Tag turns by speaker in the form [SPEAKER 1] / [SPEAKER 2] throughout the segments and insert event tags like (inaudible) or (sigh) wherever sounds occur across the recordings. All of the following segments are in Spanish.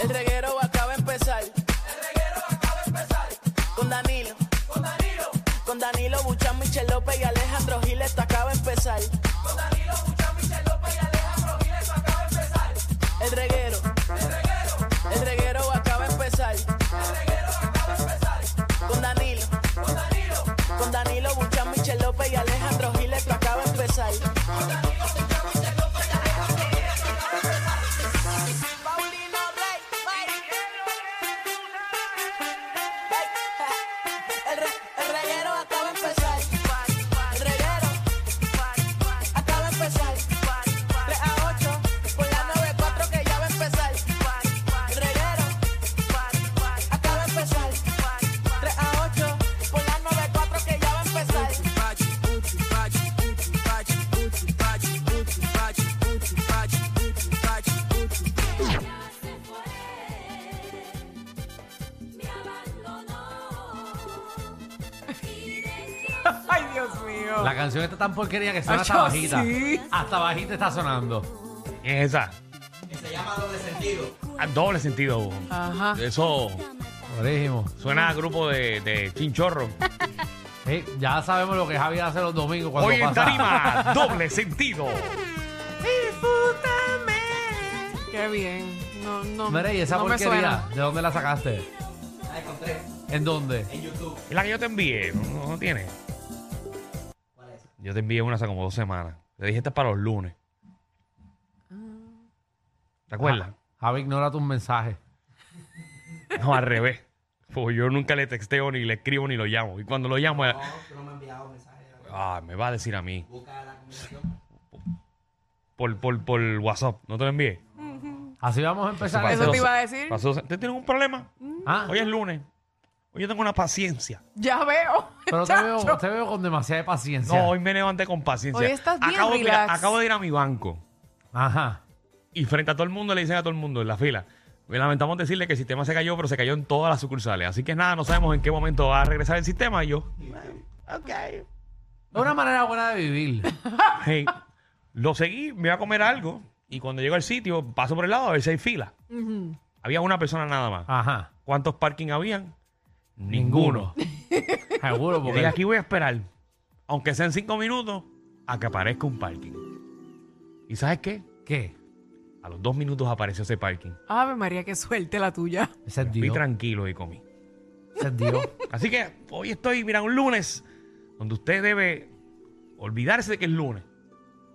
[SPEAKER 1] El reguero acaba de empezar. El reguero acaba de empezar. Con Danilo. Con Danilo. Con Danilo Buchan, Michel López y Alejandro Gil, esto acaba de empezar. Con Danilo Buchan, Michel López y Alejandro Gil, esto acaba de empezar. El reguero. El reguero. El reguero acaba de empezar. El reguero acaba de empezar. Con Danilo. Con Danilo. Con Danilo Buchan, Michel López y Alejandro Gil, esto acaba de empezar. Paulino Rey, El, re- el reguero acaba de empezar. El reguero acaba de empezar. 3 a 8 por la 94 que ya va a empezar. El reguero acaba de empezar. 3 a 8 por la 94 que ya va a empezar.
[SPEAKER 2] Ay, Dios mío.
[SPEAKER 3] La canción está tan porquería que suena hasta
[SPEAKER 2] Acho,
[SPEAKER 3] bajita.
[SPEAKER 2] Ah, sí.
[SPEAKER 3] Hasta bajita está sonando.
[SPEAKER 4] es esa? Se llama doble sentido. doble sentido.
[SPEAKER 2] Ajá.
[SPEAKER 4] Eso
[SPEAKER 3] Corrígimo.
[SPEAKER 4] suena a grupo de, de chinchorro.
[SPEAKER 3] Sí, ya sabemos lo que Javi hace los domingos cuando
[SPEAKER 4] Hoy en
[SPEAKER 3] pasa.
[SPEAKER 4] Tarima, doble sentido.
[SPEAKER 2] Qué bien. No, no.
[SPEAKER 3] Mira, y esa
[SPEAKER 2] no me
[SPEAKER 3] porquería,
[SPEAKER 2] suena.
[SPEAKER 3] ¿de dónde la sacaste? La encontré. ¿En dónde?
[SPEAKER 4] Es la que yo te envié. No, no- no tiene. Yo te envié una hace como dos semanas. Te dije, esta es para los lunes. ¿Te acuerdas?
[SPEAKER 3] Javi ignora tus mensajes.
[SPEAKER 4] No, al revés. Porque yo nunca le texteo, ni le escribo, ni lo llamo. Y cuando lo llamo... No, me Ah, me va a decir a mí. Por, por, por WhatsApp. ¿No te lo envié?
[SPEAKER 3] Así vamos a empezar.
[SPEAKER 2] Eso
[SPEAKER 4] Pasó-
[SPEAKER 2] te iba a decir.
[SPEAKER 4] pasó- ¿Ustedes tienen un problema?
[SPEAKER 3] Ah,
[SPEAKER 4] Hoy es lunes. Hoy yo tengo una paciencia.
[SPEAKER 2] (laughs) Ya veo.
[SPEAKER 3] pero te veo,
[SPEAKER 2] Chacho.
[SPEAKER 3] te veo con demasiada paciencia.
[SPEAKER 4] No, hoy me levanté con paciencia.
[SPEAKER 2] Hoy estás bien
[SPEAKER 4] acabo, mira,
[SPEAKER 2] relax.
[SPEAKER 4] acabo de ir a mi banco.
[SPEAKER 3] Ajá.
[SPEAKER 4] Y frente a todo el mundo le dicen a todo el mundo en la fila. Me lamentamos decirle que el sistema se cayó, pero se cayó en todas las sucursales. Así que nada, no sabemos en qué momento va a regresar el sistema. Y yo, ok.
[SPEAKER 3] Es una manera buena de vivir.
[SPEAKER 4] Hey, lo seguí, me iba a comer algo. Y cuando llego al sitio, paso por el lado a ver si hay fila. Había una persona nada más.
[SPEAKER 3] Ajá.
[SPEAKER 4] ¿Cuántos parking habían?
[SPEAKER 3] Seguro,
[SPEAKER 4] Yo dije,
[SPEAKER 3] porque.
[SPEAKER 4] aquí voy a esperar, aunque sean cinco minutos, a que aparezca un parking. ¿Y sabes qué?
[SPEAKER 3] ¿Qué?
[SPEAKER 4] A los dos minutos apareció ese parking.
[SPEAKER 2] Ave María, qué suerte la tuya.
[SPEAKER 3] Ese es
[SPEAKER 4] Fui
[SPEAKER 3] Dios.
[SPEAKER 4] tranquilo y comí.
[SPEAKER 3] Ese es Dios.
[SPEAKER 4] Así que hoy estoy, mira, un lunes donde usted debe olvidarse de que es lunes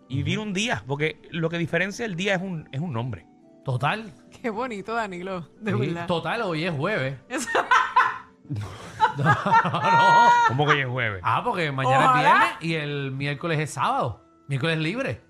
[SPEAKER 4] y vivir un día, porque lo que diferencia el día es un, es un nombre.
[SPEAKER 3] Total.
[SPEAKER 2] Qué bonito, Danilo. De
[SPEAKER 3] sí,
[SPEAKER 2] verdad.
[SPEAKER 3] Total, hoy es jueves. (laughs)
[SPEAKER 4] ¿Cómo que hoy es jueves?
[SPEAKER 3] Ah, porque mañana
[SPEAKER 2] Ojalá.
[SPEAKER 3] es viernes y el miércoles es sábado. Miércoles libre.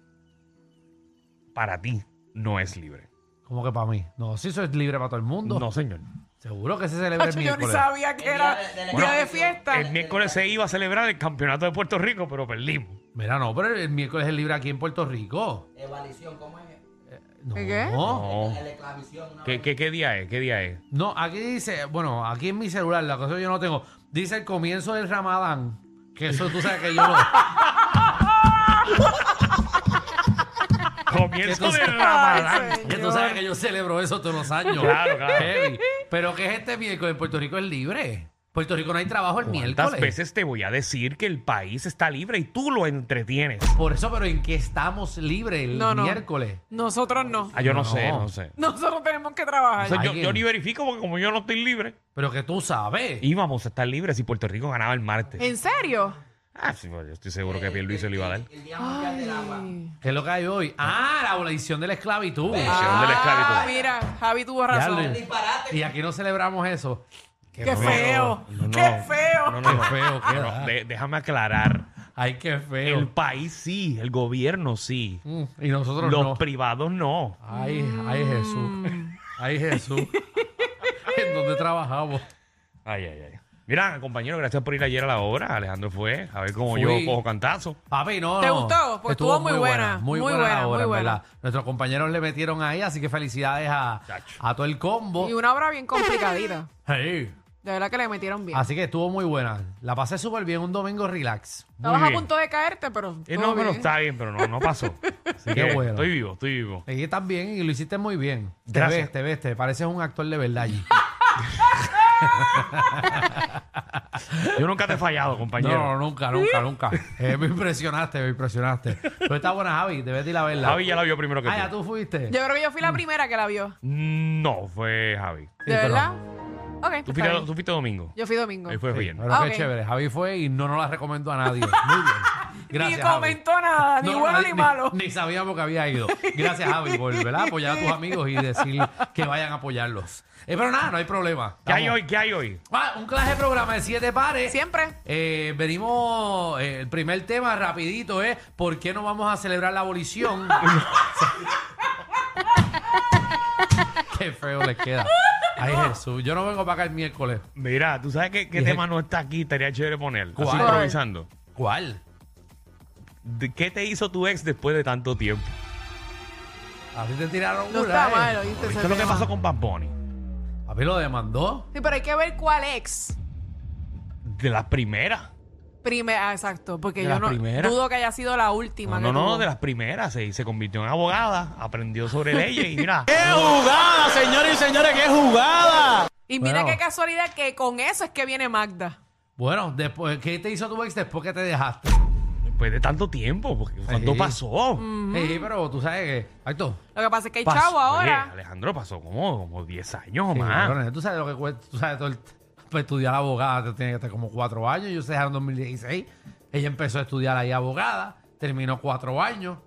[SPEAKER 4] Para ti no es libre.
[SPEAKER 3] Como que para mí. No, si eso es libre para todo el mundo.
[SPEAKER 4] No, señor.
[SPEAKER 3] Seguro que se celebra el
[SPEAKER 2] Chacho, yo ni
[SPEAKER 3] miércoles.
[SPEAKER 2] sabía que era día de fiesta.
[SPEAKER 4] El miércoles se iba a celebrar el campeonato de Puerto Rico, pero perdimos.
[SPEAKER 3] Mira, no, pero el miércoles es libre aquí en Puerto Rico.
[SPEAKER 5] Evalición, ¿cómo es?
[SPEAKER 3] No.
[SPEAKER 2] ¿Qué?
[SPEAKER 4] No.
[SPEAKER 5] La exclamación, una
[SPEAKER 4] ¿Qué, qué, qué día es? (laughs) ¿Qué día es?
[SPEAKER 3] No, aquí dice, bueno, aquí en mi celular, la cosa yo no tengo. Dice el comienzo del Ramadán. Que eso tú sabes que yo no.
[SPEAKER 2] (laughs)
[SPEAKER 4] Comienzo
[SPEAKER 3] ¿Qué
[SPEAKER 4] de
[SPEAKER 3] cosa?
[SPEAKER 4] Ramadán.
[SPEAKER 2] Ay,
[SPEAKER 3] que tú sabes que yo celebro eso todos los años.
[SPEAKER 4] Claro, claro.
[SPEAKER 3] Heavy. Pero que es este miércoles. Puerto Rico es libre. Puerto Rico no hay trabajo el
[SPEAKER 4] ¿Cuántas
[SPEAKER 3] miércoles.
[SPEAKER 4] veces te voy a decir que el país está libre y tú lo entretienes?
[SPEAKER 3] Por eso, pero ¿en qué estamos libres el
[SPEAKER 2] No, no.
[SPEAKER 3] miércoles?
[SPEAKER 2] Nosotros no.
[SPEAKER 4] Ah, yo no,
[SPEAKER 3] No.
[SPEAKER 4] sé, no sé.
[SPEAKER 2] Nosotros tenemos que
[SPEAKER 4] O
[SPEAKER 2] trabajar.
[SPEAKER 4] sea, yo,
[SPEAKER 3] Alguien.
[SPEAKER 4] yo ni verifico porque como yo no estoy libre,
[SPEAKER 3] Pero que tú sabes.
[SPEAKER 4] íbamos a estar libres si Puerto Rico ganaba el martes.
[SPEAKER 2] ¿En serio?
[SPEAKER 4] Ah, sí, pues, yo estoy seguro que Pierluis se lo iba a dar.
[SPEAKER 5] El Día Mundial del Agua.
[SPEAKER 2] Ay.
[SPEAKER 3] ¿Qué es lo que hay hoy? Ah, la abolición de la esclavitud.
[SPEAKER 4] Abolición de la
[SPEAKER 2] Ah,
[SPEAKER 4] esclavitud.
[SPEAKER 2] mira, Javi tuvo
[SPEAKER 3] Ya,
[SPEAKER 2] razón.
[SPEAKER 3] Luis. Y aquí no celebramos eso.
[SPEAKER 2] Qué feo.
[SPEAKER 4] No, no,
[SPEAKER 2] Qué feo.
[SPEAKER 4] No, no,
[SPEAKER 3] Qué
[SPEAKER 4] no.
[SPEAKER 3] feo, qué
[SPEAKER 4] No,
[SPEAKER 3] da.
[SPEAKER 4] de- déjame aclarar.
[SPEAKER 3] Ay, qué feo.
[SPEAKER 4] El país sí, el gobierno sí.
[SPEAKER 3] Mm, y nosotros
[SPEAKER 4] Los
[SPEAKER 3] no.
[SPEAKER 4] privados no.
[SPEAKER 3] Ay, ay, Jesús.
[SPEAKER 2] Mm.
[SPEAKER 3] Ay, Jesús. (laughs) ¿En dónde trabajamos?
[SPEAKER 4] Ay, ay, ay. Mira, compañero, gracias por ir ayer a la obra. Alejandro fue a ver cómo
[SPEAKER 3] Fui.
[SPEAKER 4] yo cojo cantazo.
[SPEAKER 3] Papi, no.
[SPEAKER 2] ¿Te
[SPEAKER 3] no.
[SPEAKER 2] gustó? Pues estuvo muy buena,
[SPEAKER 3] Muy
[SPEAKER 2] muy
[SPEAKER 3] buena,
[SPEAKER 2] buena,
[SPEAKER 3] la obra,
[SPEAKER 2] muy
[SPEAKER 3] en
[SPEAKER 2] buena.
[SPEAKER 3] verdad. Nuestros compañeros le metieron ahí, así que felicidades a,
[SPEAKER 4] Chacho.
[SPEAKER 3] a todo el combo.
[SPEAKER 2] Y una obra bien complicadita.
[SPEAKER 3] Hey.
[SPEAKER 2] De verdad que le metieron
[SPEAKER 4] Ah,
[SPEAKER 2] bien.
[SPEAKER 3] Así que estuvo muy buena. La pasé súper bien, un domingo relax.
[SPEAKER 2] Estabas
[SPEAKER 4] muy
[SPEAKER 2] a
[SPEAKER 4] bien.
[SPEAKER 2] punto de caerte, pero.
[SPEAKER 4] Eh,
[SPEAKER 2] todo
[SPEAKER 4] no, pero
[SPEAKER 2] bien.
[SPEAKER 4] está bien, pero no, no pasó.
[SPEAKER 3] (laughs)
[SPEAKER 4] Así
[SPEAKER 3] Qué
[SPEAKER 4] que
[SPEAKER 3] bueno.
[SPEAKER 4] Estoy vivo, estoy vivo.
[SPEAKER 3] Y estás bien y lo hiciste muy bien. Te ves,
[SPEAKER 4] Gracias.
[SPEAKER 3] te ves, te pareces un actor de verdad allí.
[SPEAKER 4] Yo nunca te he fallado, compañero.
[SPEAKER 3] No, nunca, nunca,
[SPEAKER 4] (laughs)
[SPEAKER 3] nunca. Eh, me impresionaste, me impresionaste. Pero está buena, Javi, debes ir a verla.
[SPEAKER 4] Javi ya la vio primero que
[SPEAKER 3] Ah, ya
[SPEAKER 4] tú.
[SPEAKER 3] tú fuiste.
[SPEAKER 2] Yo creo que yo
[SPEAKER 4] Mm.
[SPEAKER 2] fui la primera que la vio.
[SPEAKER 4] No, fue Javi.
[SPEAKER 3] Sí,
[SPEAKER 2] ¿De
[SPEAKER 3] pero-
[SPEAKER 2] verdad? Ok.
[SPEAKER 4] Tú
[SPEAKER 2] pues
[SPEAKER 4] fuiste,
[SPEAKER 2] está bien.
[SPEAKER 4] tú fuiste domingo.
[SPEAKER 2] Yo fui domingo.
[SPEAKER 4] Ahí fue
[SPEAKER 3] Sí,
[SPEAKER 4] viernes.
[SPEAKER 3] pero
[SPEAKER 2] Ah,
[SPEAKER 3] qué
[SPEAKER 2] ok.
[SPEAKER 3] chévere. Javi fue y no nos la recomendó a nadie. Muy bien. Gracias.
[SPEAKER 2] (laughs) ni
[SPEAKER 3] Javi.
[SPEAKER 2] comentó nada, ni
[SPEAKER 3] No, no,
[SPEAKER 2] bueno ni, malo.
[SPEAKER 3] Ni sabíamos que había ido. Gracias, Javi, por ¿verdad? apoyar a tus amigos y decir que vayan a apoyarlos. Eh, pero nada, no hay problema.
[SPEAKER 4] ¿Qué hay
[SPEAKER 3] Estamos-
[SPEAKER 4] hoy? ¿Qué hay hoy?
[SPEAKER 3] Ah, un clase de programa de siete pares.
[SPEAKER 2] Siempre.
[SPEAKER 3] Eh, venimos, eh, el primer tema rapidito es ¿por qué no vamos a celebrar la abolición? (laughs) Qué feo les queda. Ay, Jesús, yo no vengo para acá el miércoles.
[SPEAKER 4] Mira, ¿tú sabes qué, qué
[SPEAKER 3] Dije-
[SPEAKER 4] tema no está aquí? Estaría chévere poner. Así
[SPEAKER 3] ¿Cuál?
[SPEAKER 4] improvisando.
[SPEAKER 3] ¿Cuál?
[SPEAKER 4] ¿De ¿Qué te hizo tu ex después de tanto tiempo?
[SPEAKER 3] A ti te tiraron
[SPEAKER 2] No
[SPEAKER 3] una,
[SPEAKER 2] está
[SPEAKER 3] eh.
[SPEAKER 2] mal, oíste. ese
[SPEAKER 4] Esto es lo que
[SPEAKER 2] tema.
[SPEAKER 4] pasó con Bad Bunny.
[SPEAKER 3] A mí lo demandó.
[SPEAKER 2] Sí, pero hay que ver cuál ex.
[SPEAKER 4] De las primeras.
[SPEAKER 2] Primera, ah, exacto, porque
[SPEAKER 4] De
[SPEAKER 2] yo
[SPEAKER 4] las
[SPEAKER 2] no
[SPEAKER 4] primeras.
[SPEAKER 2] dudo que haya sido la última.
[SPEAKER 4] No, no,
[SPEAKER 2] que
[SPEAKER 4] no,
[SPEAKER 2] tuvo.
[SPEAKER 4] de las primeras. Se, se convirtió en abogada, aprendió sobre leyes y
[SPEAKER 2] (laughs)
[SPEAKER 4] mira.
[SPEAKER 6] jugada, señores y señores! ¡Qué jugada!
[SPEAKER 2] Y mira
[SPEAKER 3] Bueno.
[SPEAKER 2] qué casualidad que con eso es que viene Magda.
[SPEAKER 3] Bueno, después, ¿qué te hizo tu ex después que te dejaste?
[SPEAKER 4] después de tanto tiempo, porque ¿cuánto
[SPEAKER 3] Sí.
[SPEAKER 4] pasó?
[SPEAKER 3] Sí, pero tú sabes que... Exacto.
[SPEAKER 2] Lo que pasa es que hay
[SPEAKER 4] Pasó-
[SPEAKER 2] Mm. chavo
[SPEAKER 4] Oye,
[SPEAKER 2] ahora.
[SPEAKER 4] Alejandro pasó como, como 10 años o
[SPEAKER 3] Sí,
[SPEAKER 4] más.
[SPEAKER 3] cabrones, tú sabes lo que cuesta, tú sabes todo el- para estudiar abogada, te tiene que estar como cuatro años. Yo se dejaron en 2016. Ella empezó a estudiar ahí abogada, terminó cuatro años.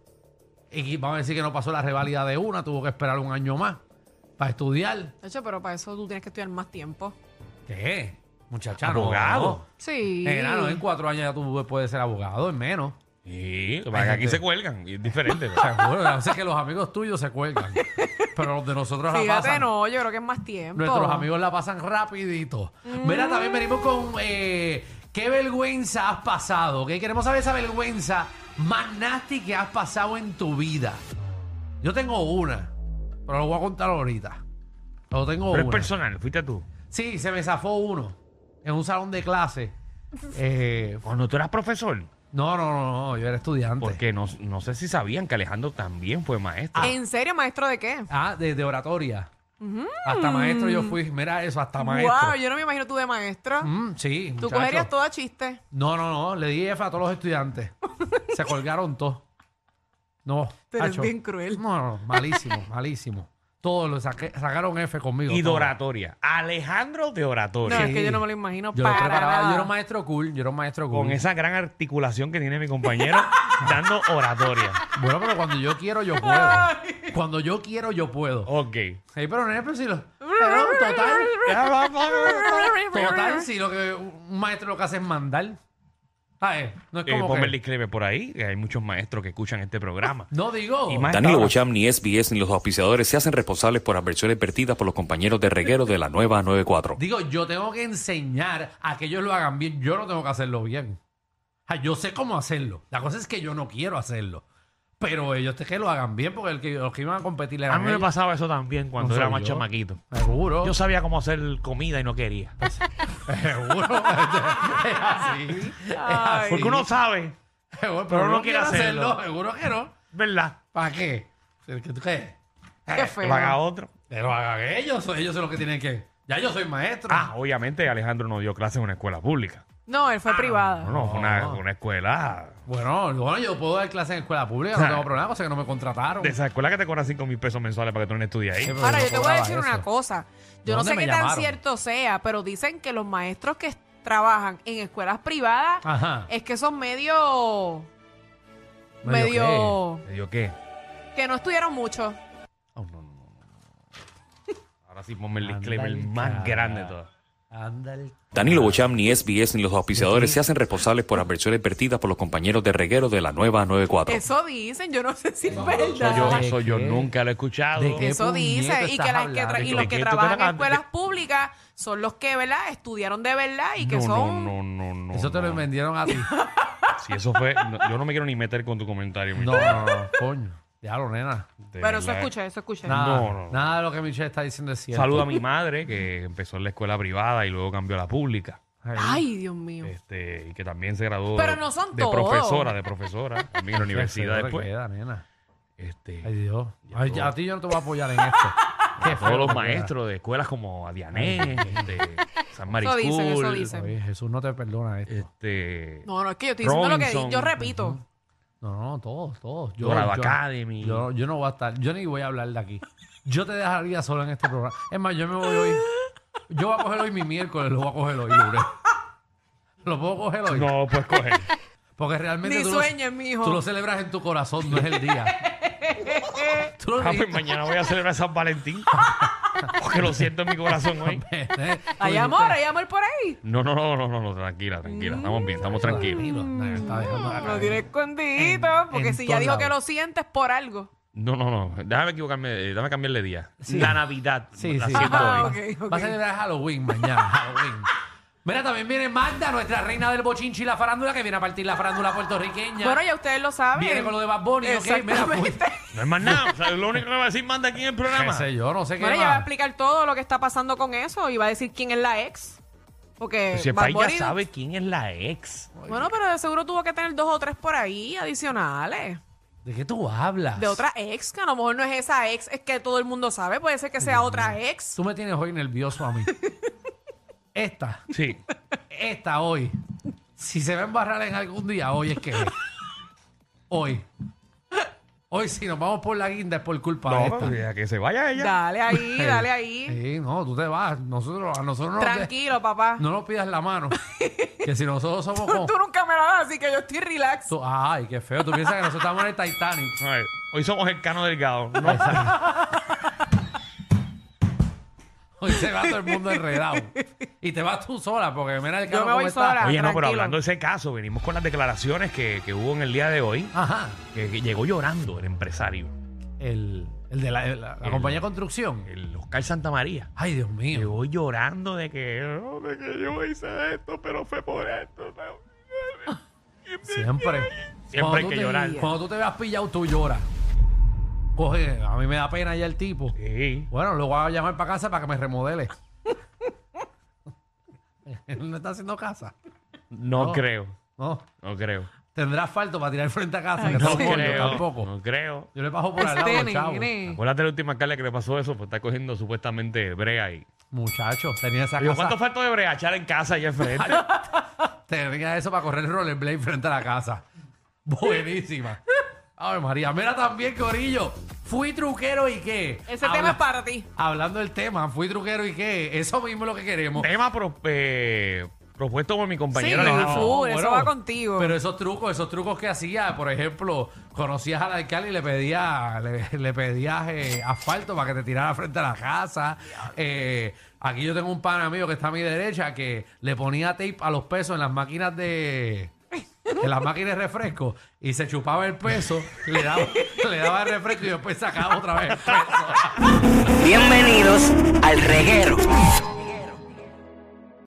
[SPEAKER 3] Y vamos a decir que no pasó la rivalidad de una, tuvo que esperar un año más para estudiar.
[SPEAKER 2] De hecho, pero para eso tú tienes que estudiar más tiempo.
[SPEAKER 3] ¿Qué? Muchacha,
[SPEAKER 4] Abogado.
[SPEAKER 2] Sí.
[SPEAKER 3] No. Nena, no, en cuatro años ya tú puedes ser abogado, en menos.
[SPEAKER 4] Sí, lo que pasa es que aquí
[SPEAKER 3] gente-
[SPEAKER 4] se cuelgan y es
[SPEAKER 2] (laughs)
[SPEAKER 4] diferente. ¿no?
[SPEAKER 3] Seguro, a veces que los amigos tuyos se cuelgan. pero los de nosotros la
[SPEAKER 2] Fíjate,
[SPEAKER 3] pasan.
[SPEAKER 2] no, yo creo que es más tiempo.
[SPEAKER 3] Nuestros amigos la pasan rapidito.
[SPEAKER 2] Mm.
[SPEAKER 3] Mira, también venimos con eh, qué vergüenza has pasado. ¿ok? Queremos saber esa vergüenza más nasty que has pasado en tu vida. Yo tengo una, pero lo voy a contar ahorita. Pero tengo
[SPEAKER 4] Pero es
[SPEAKER 3] una.
[SPEAKER 4] personal, fuiste tú.
[SPEAKER 3] Sí, se me zafó uno en un salón de clase. Eh,
[SPEAKER 4] (laughs) Cuando tú eras profesor,
[SPEAKER 3] no, no, no, no, yo era estudiante.
[SPEAKER 4] porque no, no sé si sabían que Alejandro también fue maestro.
[SPEAKER 2] ¿En serio, maestro de qué?
[SPEAKER 3] Ah, de, de oratoria. Hasta maestro yo fui. Mira eso, hasta maestro.
[SPEAKER 2] Mm. Wow, yo no me imagino tú de maestro.
[SPEAKER 3] Mm, sí,
[SPEAKER 2] Tú
[SPEAKER 3] muchacho.
[SPEAKER 2] cogerías todo a chiste.
[SPEAKER 3] No, no, no. Le di F a todos los estudiantes. Se colgaron todos. No.
[SPEAKER 2] Tú eres
[SPEAKER 3] hacho.
[SPEAKER 2] bien cruel.
[SPEAKER 3] No, no, no, malísimo, malísimo. Todos los saqué- sacaron F conmigo.
[SPEAKER 4] y de
[SPEAKER 3] todos.
[SPEAKER 4] oratoria. Alejandro de
[SPEAKER 2] No,
[SPEAKER 4] oratoria.
[SPEAKER 2] es que yo no me lo imagino
[SPEAKER 3] Yo los
[SPEAKER 2] para
[SPEAKER 3] preparaba,
[SPEAKER 2] nada.
[SPEAKER 3] yo era un maestro cool, yo era un maestro cool.
[SPEAKER 4] Con esa gran articulación que tiene mi
[SPEAKER 2] (laughs)
[SPEAKER 4] compañero dando oratoria.
[SPEAKER 3] Bueno, pero cuando yo quiero, yo puedo. Cuando yo quiero, yo puedo.
[SPEAKER 4] Ok.
[SPEAKER 3] Ey, pero no es pero si lo- pero total, total, si lo que un maestro lo que hace es mandar. ¿Sabes? No es
[SPEAKER 4] Eh,
[SPEAKER 3] como
[SPEAKER 4] ponme el
[SPEAKER 3] que,
[SPEAKER 4] disclaimer por ahí, que hay muchos maestros que escuchan este programa.
[SPEAKER 3] No digo.
[SPEAKER 4] Y más
[SPEAKER 7] Danilo
[SPEAKER 4] ahora-
[SPEAKER 7] Bocham, ni SBS, ni los auspiciadores se hacen responsables por adversiones vertidas por los compañeros de reguero de la nueva 94.
[SPEAKER 3] Digo, yo tengo que enseñar a que ellos lo hagan bien. Yo no tengo que hacerlo bien. O sea, yo sé cómo hacerlo. La cosa es que yo no quiero hacerlo. Pero ellos te que lo hagan bien porque el que, los que iban a competir eran
[SPEAKER 4] A mí me
[SPEAKER 3] ellos.
[SPEAKER 4] pasaba eso también cuando
[SPEAKER 3] No soy
[SPEAKER 4] era más
[SPEAKER 3] yo.
[SPEAKER 4] chamaquito.
[SPEAKER 3] Seguro.
[SPEAKER 4] Yo sabía cómo hacer comida y no quería.
[SPEAKER 3] Seguro. (laughs) es así. Es así.
[SPEAKER 4] Porque uno sabe,
[SPEAKER 3] Seguro,
[SPEAKER 4] pero
[SPEAKER 3] pero
[SPEAKER 4] no
[SPEAKER 3] no
[SPEAKER 4] quiere
[SPEAKER 3] quiere hacerlo.
[SPEAKER 4] hacerlo.
[SPEAKER 3] Seguro que no.
[SPEAKER 4] ¿verdad?
[SPEAKER 3] ¿Para qué? ¿Qué tú crees? Eh,
[SPEAKER 2] Qué feo.
[SPEAKER 4] Lo haga otro.
[SPEAKER 3] Que lo hagan ellos. Ellos son los que tienen que... Ya yo soy maestro.
[SPEAKER 4] Ah, obviamente Alejandro no dio clases en una escuela pública.
[SPEAKER 2] No, él fue privada.
[SPEAKER 4] No,
[SPEAKER 3] Ah,
[SPEAKER 4] no, fue una, una escuela.
[SPEAKER 3] Bueno, bueno, yo puedo dar clases en escuela pública. No tengo problema. O sea, que no me contrataron.
[SPEAKER 4] De esa escuela que te cobran 5 mil pesos mensuales para que tú no estudies ahí.
[SPEAKER 3] Sí, pero
[SPEAKER 2] Ahora,
[SPEAKER 3] no
[SPEAKER 2] yo te voy a
[SPEAKER 3] cobraba
[SPEAKER 2] decir
[SPEAKER 3] eso.
[SPEAKER 2] una cosa. Yo no
[SPEAKER 3] ¿Dónde
[SPEAKER 2] sé
[SPEAKER 3] me
[SPEAKER 2] qué tan
[SPEAKER 3] llamaron?
[SPEAKER 2] cierto sea, pero dicen que los maestros que trabajan en escuelas privadas
[SPEAKER 3] Ajá.
[SPEAKER 2] es que son medio... medio...
[SPEAKER 4] ¿Te dio qué?
[SPEAKER 2] que no estudiaron mucho.
[SPEAKER 4] Oh, no, no, no, no, no. Ahora sí ponme el
[SPEAKER 3] Anda
[SPEAKER 4] disclaimer
[SPEAKER 3] el
[SPEAKER 4] más
[SPEAKER 3] cara.
[SPEAKER 4] grande de todo.
[SPEAKER 3] Anda el-
[SPEAKER 7] Danilo Bocham, ni SBS, ni los auspiciadores se hacen responsables por las versiones vertidas por los compañeros de reguero de la nueva 94.
[SPEAKER 2] Eso dicen, yo no sé si es
[SPEAKER 4] Eso
[SPEAKER 2] verdad.
[SPEAKER 4] yo,
[SPEAKER 3] ¿De
[SPEAKER 4] eso yo
[SPEAKER 3] qué?
[SPEAKER 4] nunca lo he escuchado.
[SPEAKER 3] ¿De qué?
[SPEAKER 2] Eso
[SPEAKER 3] puñeta
[SPEAKER 2] dice, y,
[SPEAKER 3] estás
[SPEAKER 2] que las que tra-
[SPEAKER 3] hablando?
[SPEAKER 2] y los
[SPEAKER 4] ¿De
[SPEAKER 2] que
[SPEAKER 4] qué tú
[SPEAKER 2] trabajan en
[SPEAKER 4] estás-
[SPEAKER 2] escuelas públicas son los que, ¿verdad? Estudiaron de verdad y que
[SPEAKER 4] No,
[SPEAKER 2] son...
[SPEAKER 4] no, no, no, no.
[SPEAKER 3] Eso te lo
[SPEAKER 4] no.
[SPEAKER 3] vendieron
[SPEAKER 4] (laughs)
[SPEAKER 3] a ti.
[SPEAKER 4] Si eso fue. no, yo no me quiero ni meter con tu comentario.
[SPEAKER 3] No, no, no, coño. Diablo, nena.
[SPEAKER 2] Pero eso escuché, eso escuché.
[SPEAKER 3] Nada,
[SPEAKER 4] No, no, no.
[SPEAKER 3] nada de lo que Michelle está diciendo es cierto.
[SPEAKER 4] Saluda a mi madre, que empezó en la escuela privada y luego cambió a la pública.
[SPEAKER 2] Ay, Dios mío.
[SPEAKER 3] Eh,
[SPEAKER 4] Este, y que también se graduó
[SPEAKER 2] Pero no son
[SPEAKER 4] de
[SPEAKER 2] todos.
[SPEAKER 4] profesora, de profesora,
[SPEAKER 3] (laughs)
[SPEAKER 4] también en
[SPEAKER 3] Eso
[SPEAKER 4] la universidad
[SPEAKER 3] te
[SPEAKER 4] después.
[SPEAKER 3] queda, nena.
[SPEAKER 4] Este,
[SPEAKER 3] Ay, Dios.
[SPEAKER 4] Ya
[SPEAKER 3] Ay,
[SPEAKER 4] todo.
[SPEAKER 3] a ti yo no te voy a apoyar en
[SPEAKER 4] (laughs)
[SPEAKER 3] esto. Qué
[SPEAKER 4] todos
[SPEAKER 3] feo
[SPEAKER 4] los
[SPEAKER 3] te queda.
[SPEAKER 4] maestros de escuelas como Adiané, este, San
[SPEAKER 2] Eso
[SPEAKER 4] Mariscal,
[SPEAKER 2] dicen, eso dicen.
[SPEAKER 3] Oye, Jesús no te perdona esto.
[SPEAKER 4] este,
[SPEAKER 2] No, no, es que yo estoy diciendo lo que
[SPEAKER 4] Robinson.
[SPEAKER 2] di. Yo repito.
[SPEAKER 3] No, no, todos, todos.
[SPEAKER 4] Dorado Academy.
[SPEAKER 3] Yo, yo no voy a estar, yo ni voy a hablar de aquí. Yo te dejaría solo en este programa. Es más, yo me voy hoy. Yo voy a coger hoy mi miércoles, lo voy a coger hoy, libre. Lo puedo coger hoy.
[SPEAKER 4] no pues Ah, puedes
[SPEAKER 2] (laughs)
[SPEAKER 4] coger.
[SPEAKER 3] Porque realmente
[SPEAKER 2] Ni
[SPEAKER 3] tú, lo-
[SPEAKER 2] sueñes, mijo.
[SPEAKER 3] tú lo celebras en tu corazón, no es el
[SPEAKER 2] (laughs)
[SPEAKER 3] día. tú lo
[SPEAKER 4] Ah, pues
[SPEAKER 3] dijiste.
[SPEAKER 4] mañana voy a celebrar San
[SPEAKER 2] (laughs)
[SPEAKER 4] Valentín. Porque lo siento en mi corazón hoy.
[SPEAKER 3] este,
[SPEAKER 2] Hay amor, hay amor por ahí.
[SPEAKER 4] No, no, no, no, no, no, tranquila, tranquila. Estamos bien, estamos tranquilos.
[SPEAKER 3] Tranquilo. Nadie está dejando la
[SPEAKER 2] Lo
[SPEAKER 3] cara.
[SPEAKER 2] Mm. tiene escondido. Porque
[SPEAKER 3] en
[SPEAKER 2] si ya
[SPEAKER 3] todos
[SPEAKER 2] dijo que
[SPEAKER 3] lados.
[SPEAKER 2] lo sientes por algo.
[SPEAKER 4] No, no, no. Déjame equivocarme, eh, déjame cambiarle día.
[SPEAKER 3] Sí.
[SPEAKER 4] La Navidad.
[SPEAKER 3] Sí,
[SPEAKER 4] la
[SPEAKER 3] sí.
[SPEAKER 4] siento
[SPEAKER 2] Ajá,
[SPEAKER 4] hoy.
[SPEAKER 2] Ah, ok.
[SPEAKER 3] Va a celebrar Halloween mañana, Halloween. Mira, también viene Magda, nuestra reina del bochinchi y la farándula, que viene a partir la farándula puertorriqueña.
[SPEAKER 2] Bueno, ya ustedes lo saben.
[SPEAKER 3] Viene con lo de Bad Bunny, ok, mira, pues.
[SPEAKER 2] Exactamente.
[SPEAKER 4] No es más nada. O sea, lo único que me va a decir manda aquí en el
[SPEAKER 3] qué
[SPEAKER 4] programa.
[SPEAKER 3] sé yo, no sé qué
[SPEAKER 2] (laughs) Bueno, ella va a
[SPEAKER 3] más.
[SPEAKER 2] explicar todo lo que está pasando con eso y va a decir quién es la ex.
[SPEAKER 3] Pues
[SPEAKER 2] Porque
[SPEAKER 4] Pues Si el
[SPEAKER 2] Bad
[SPEAKER 4] país ya
[SPEAKER 2] Bunny-
[SPEAKER 4] sabe quién es la ex.
[SPEAKER 2] Bueno, pero de seguro tuvo que tener dos o tres por ahí adicionales.
[SPEAKER 3] ¿De qué tú hablas?
[SPEAKER 2] De otra ex, que a lo mejor no es esa ex, es que todo el mundo sabe. Puede ser que sea otra ex.
[SPEAKER 3] Tú me tienes hoy nervioso
[SPEAKER 2] (laughs)
[SPEAKER 3] a mí. esta,
[SPEAKER 4] Sí.
[SPEAKER 3] esta hoy. Si se va a embarrar en algún día, hoy es que es. Hoy. Hoy si nos vamos por la guinda es por culpa de
[SPEAKER 4] No, eh.
[SPEAKER 3] esta.
[SPEAKER 4] pues, a que se vaya ella.
[SPEAKER 3] (laughs)
[SPEAKER 2] Dale ahí, dale ahí.
[SPEAKER 3] Sí, no, tú te vas. Nosotros, a nosotros no nos de-
[SPEAKER 2] Tranquilo, papá.
[SPEAKER 3] no nos pidas la mano. que si nosotros somos como...
[SPEAKER 2] (laughs) Tú nunca me la das, así que yo estoy relax.
[SPEAKER 3] Tú- ay, qué feo. Tú piensas que nosotros estamos en el Titanic.
[SPEAKER 4] Ay, hoy somos el cano delgado. No,
[SPEAKER 3] Hoy se va todo el mundo enredado. Y te vas tú sola, porque mira el
[SPEAKER 2] Yo
[SPEAKER 3] carro
[SPEAKER 2] me
[SPEAKER 3] cómo
[SPEAKER 2] voy
[SPEAKER 3] está.
[SPEAKER 2] sola.
[SPEAKER 4] Oye, no,
[SPEAKER 2] tranquilo.
[SPEAKER 4] pero hablando de ese caso, venimos con las declaraciones que, que hubo en el día de hoy.
[SPEAKER 3] Ajá.
[SPEAKER 4] Que, que llegó llorando el empresario,
[SPEAKER 3] El, el de la, la- la
[SPEAKER 4] El-
[SPEAKER 3] compañía de construcción.
[SPEAKER 4] el Oscar Santa María.
[SPEAKER 3] Ay, Dios mío.
[SPEAKER 4] Llegó llorando de que, "No, de que yo hice esto, pero fue por esto. pero-".
[SPEAKER 3] Siempre.
[SPEAKER 4] Siempre hay
[SPEAKER 3] tú
[SPEAKER 4] que
[SPEAKER 3] te-
[SPEAKER 4] llorar.
[SPEAKER 3] Cuando tú te veas pillado, tú lloras. Coge, a mí me da pena ya el tipo.
[SPEAKER 4] Sí.
[SPEAKER 3] Bueno, lo voy a llamar para casa para que me remodele. (laughs) Él no está haciendo casa.
[SPEAKER 4] No,
[SPEAKER 3] No.
[SPEAKER 4] creo,
[SPEAKER 3] No.
[SPEAKER 4] no creo.
[SPEAKER 3] Tendrá asfalto para tirar frente a casa.
[SPEAKER 2] Ay,
[SPEAKER 3] que
[SPEAKER 4] No
[SPEAKER 3] tampoco, yo
[SPEAKER 4] creo.
[SPEAKER 3] tampoco.
[SPEAKER 4] No creo.
[SPEAKER 3] Yo le paso por al lado,
[SPEAKER 2] Este
[SPEAKER 3] chavo.
[SPEAKER 2] nene.
[SPEAKER 4] Acuérdate la última carla que le pasó eso, pues está cogiendo supuestamente brea y.
[SPEAKER 3] Muchacho, tenía esa
[SPEAKER 4] Digo,
[SPEAKER 3] casa.
[SPEAKER 4] ¿cuánto faltó de brea? Echar en casa allá enfrente.
[SPEAKER 3] Tenía eso para correr el rollerblade frente a la casa. (laughs) Buenísima. A ver, María. Mira también, Corillo. Fui truquero y qué.
[SPEAKER 2] Ese
[SPEAKER 3] Habla-
[SPEAKER 2] tema es para ti.
[SPEAKER 3] Hablando del tema, fui truquero y qué. Eso mismo es lo que queremos.
[SPEAKER 4] Tema pro- eh, propuesto por mi
[SPEAKER 2] Sí,
[SPEAKER 4] compañero.
[SPEAKER 2] no,
[SPEAKER 4] Alejandro.
[SPEAKER 2] full, eso va contigo.
[SPEAKER 3] Pero esos trucos, esos trucos que hacía, por ejemplo, conocías al alcalde y le pedías, le, le pedías eh, asfalto para que te tirara frente a la casa. Eh, aquí yo tengo un pana mío que está a mi derecha que le ponía tape a los pesos en las máquinas de. En las máquinas de refresco y se chupaba el peso, le daba, (laughs) le daba el refresco y después sacaba otra vez el peso.
[SPEAKER 1] Bienvenidos al reguero.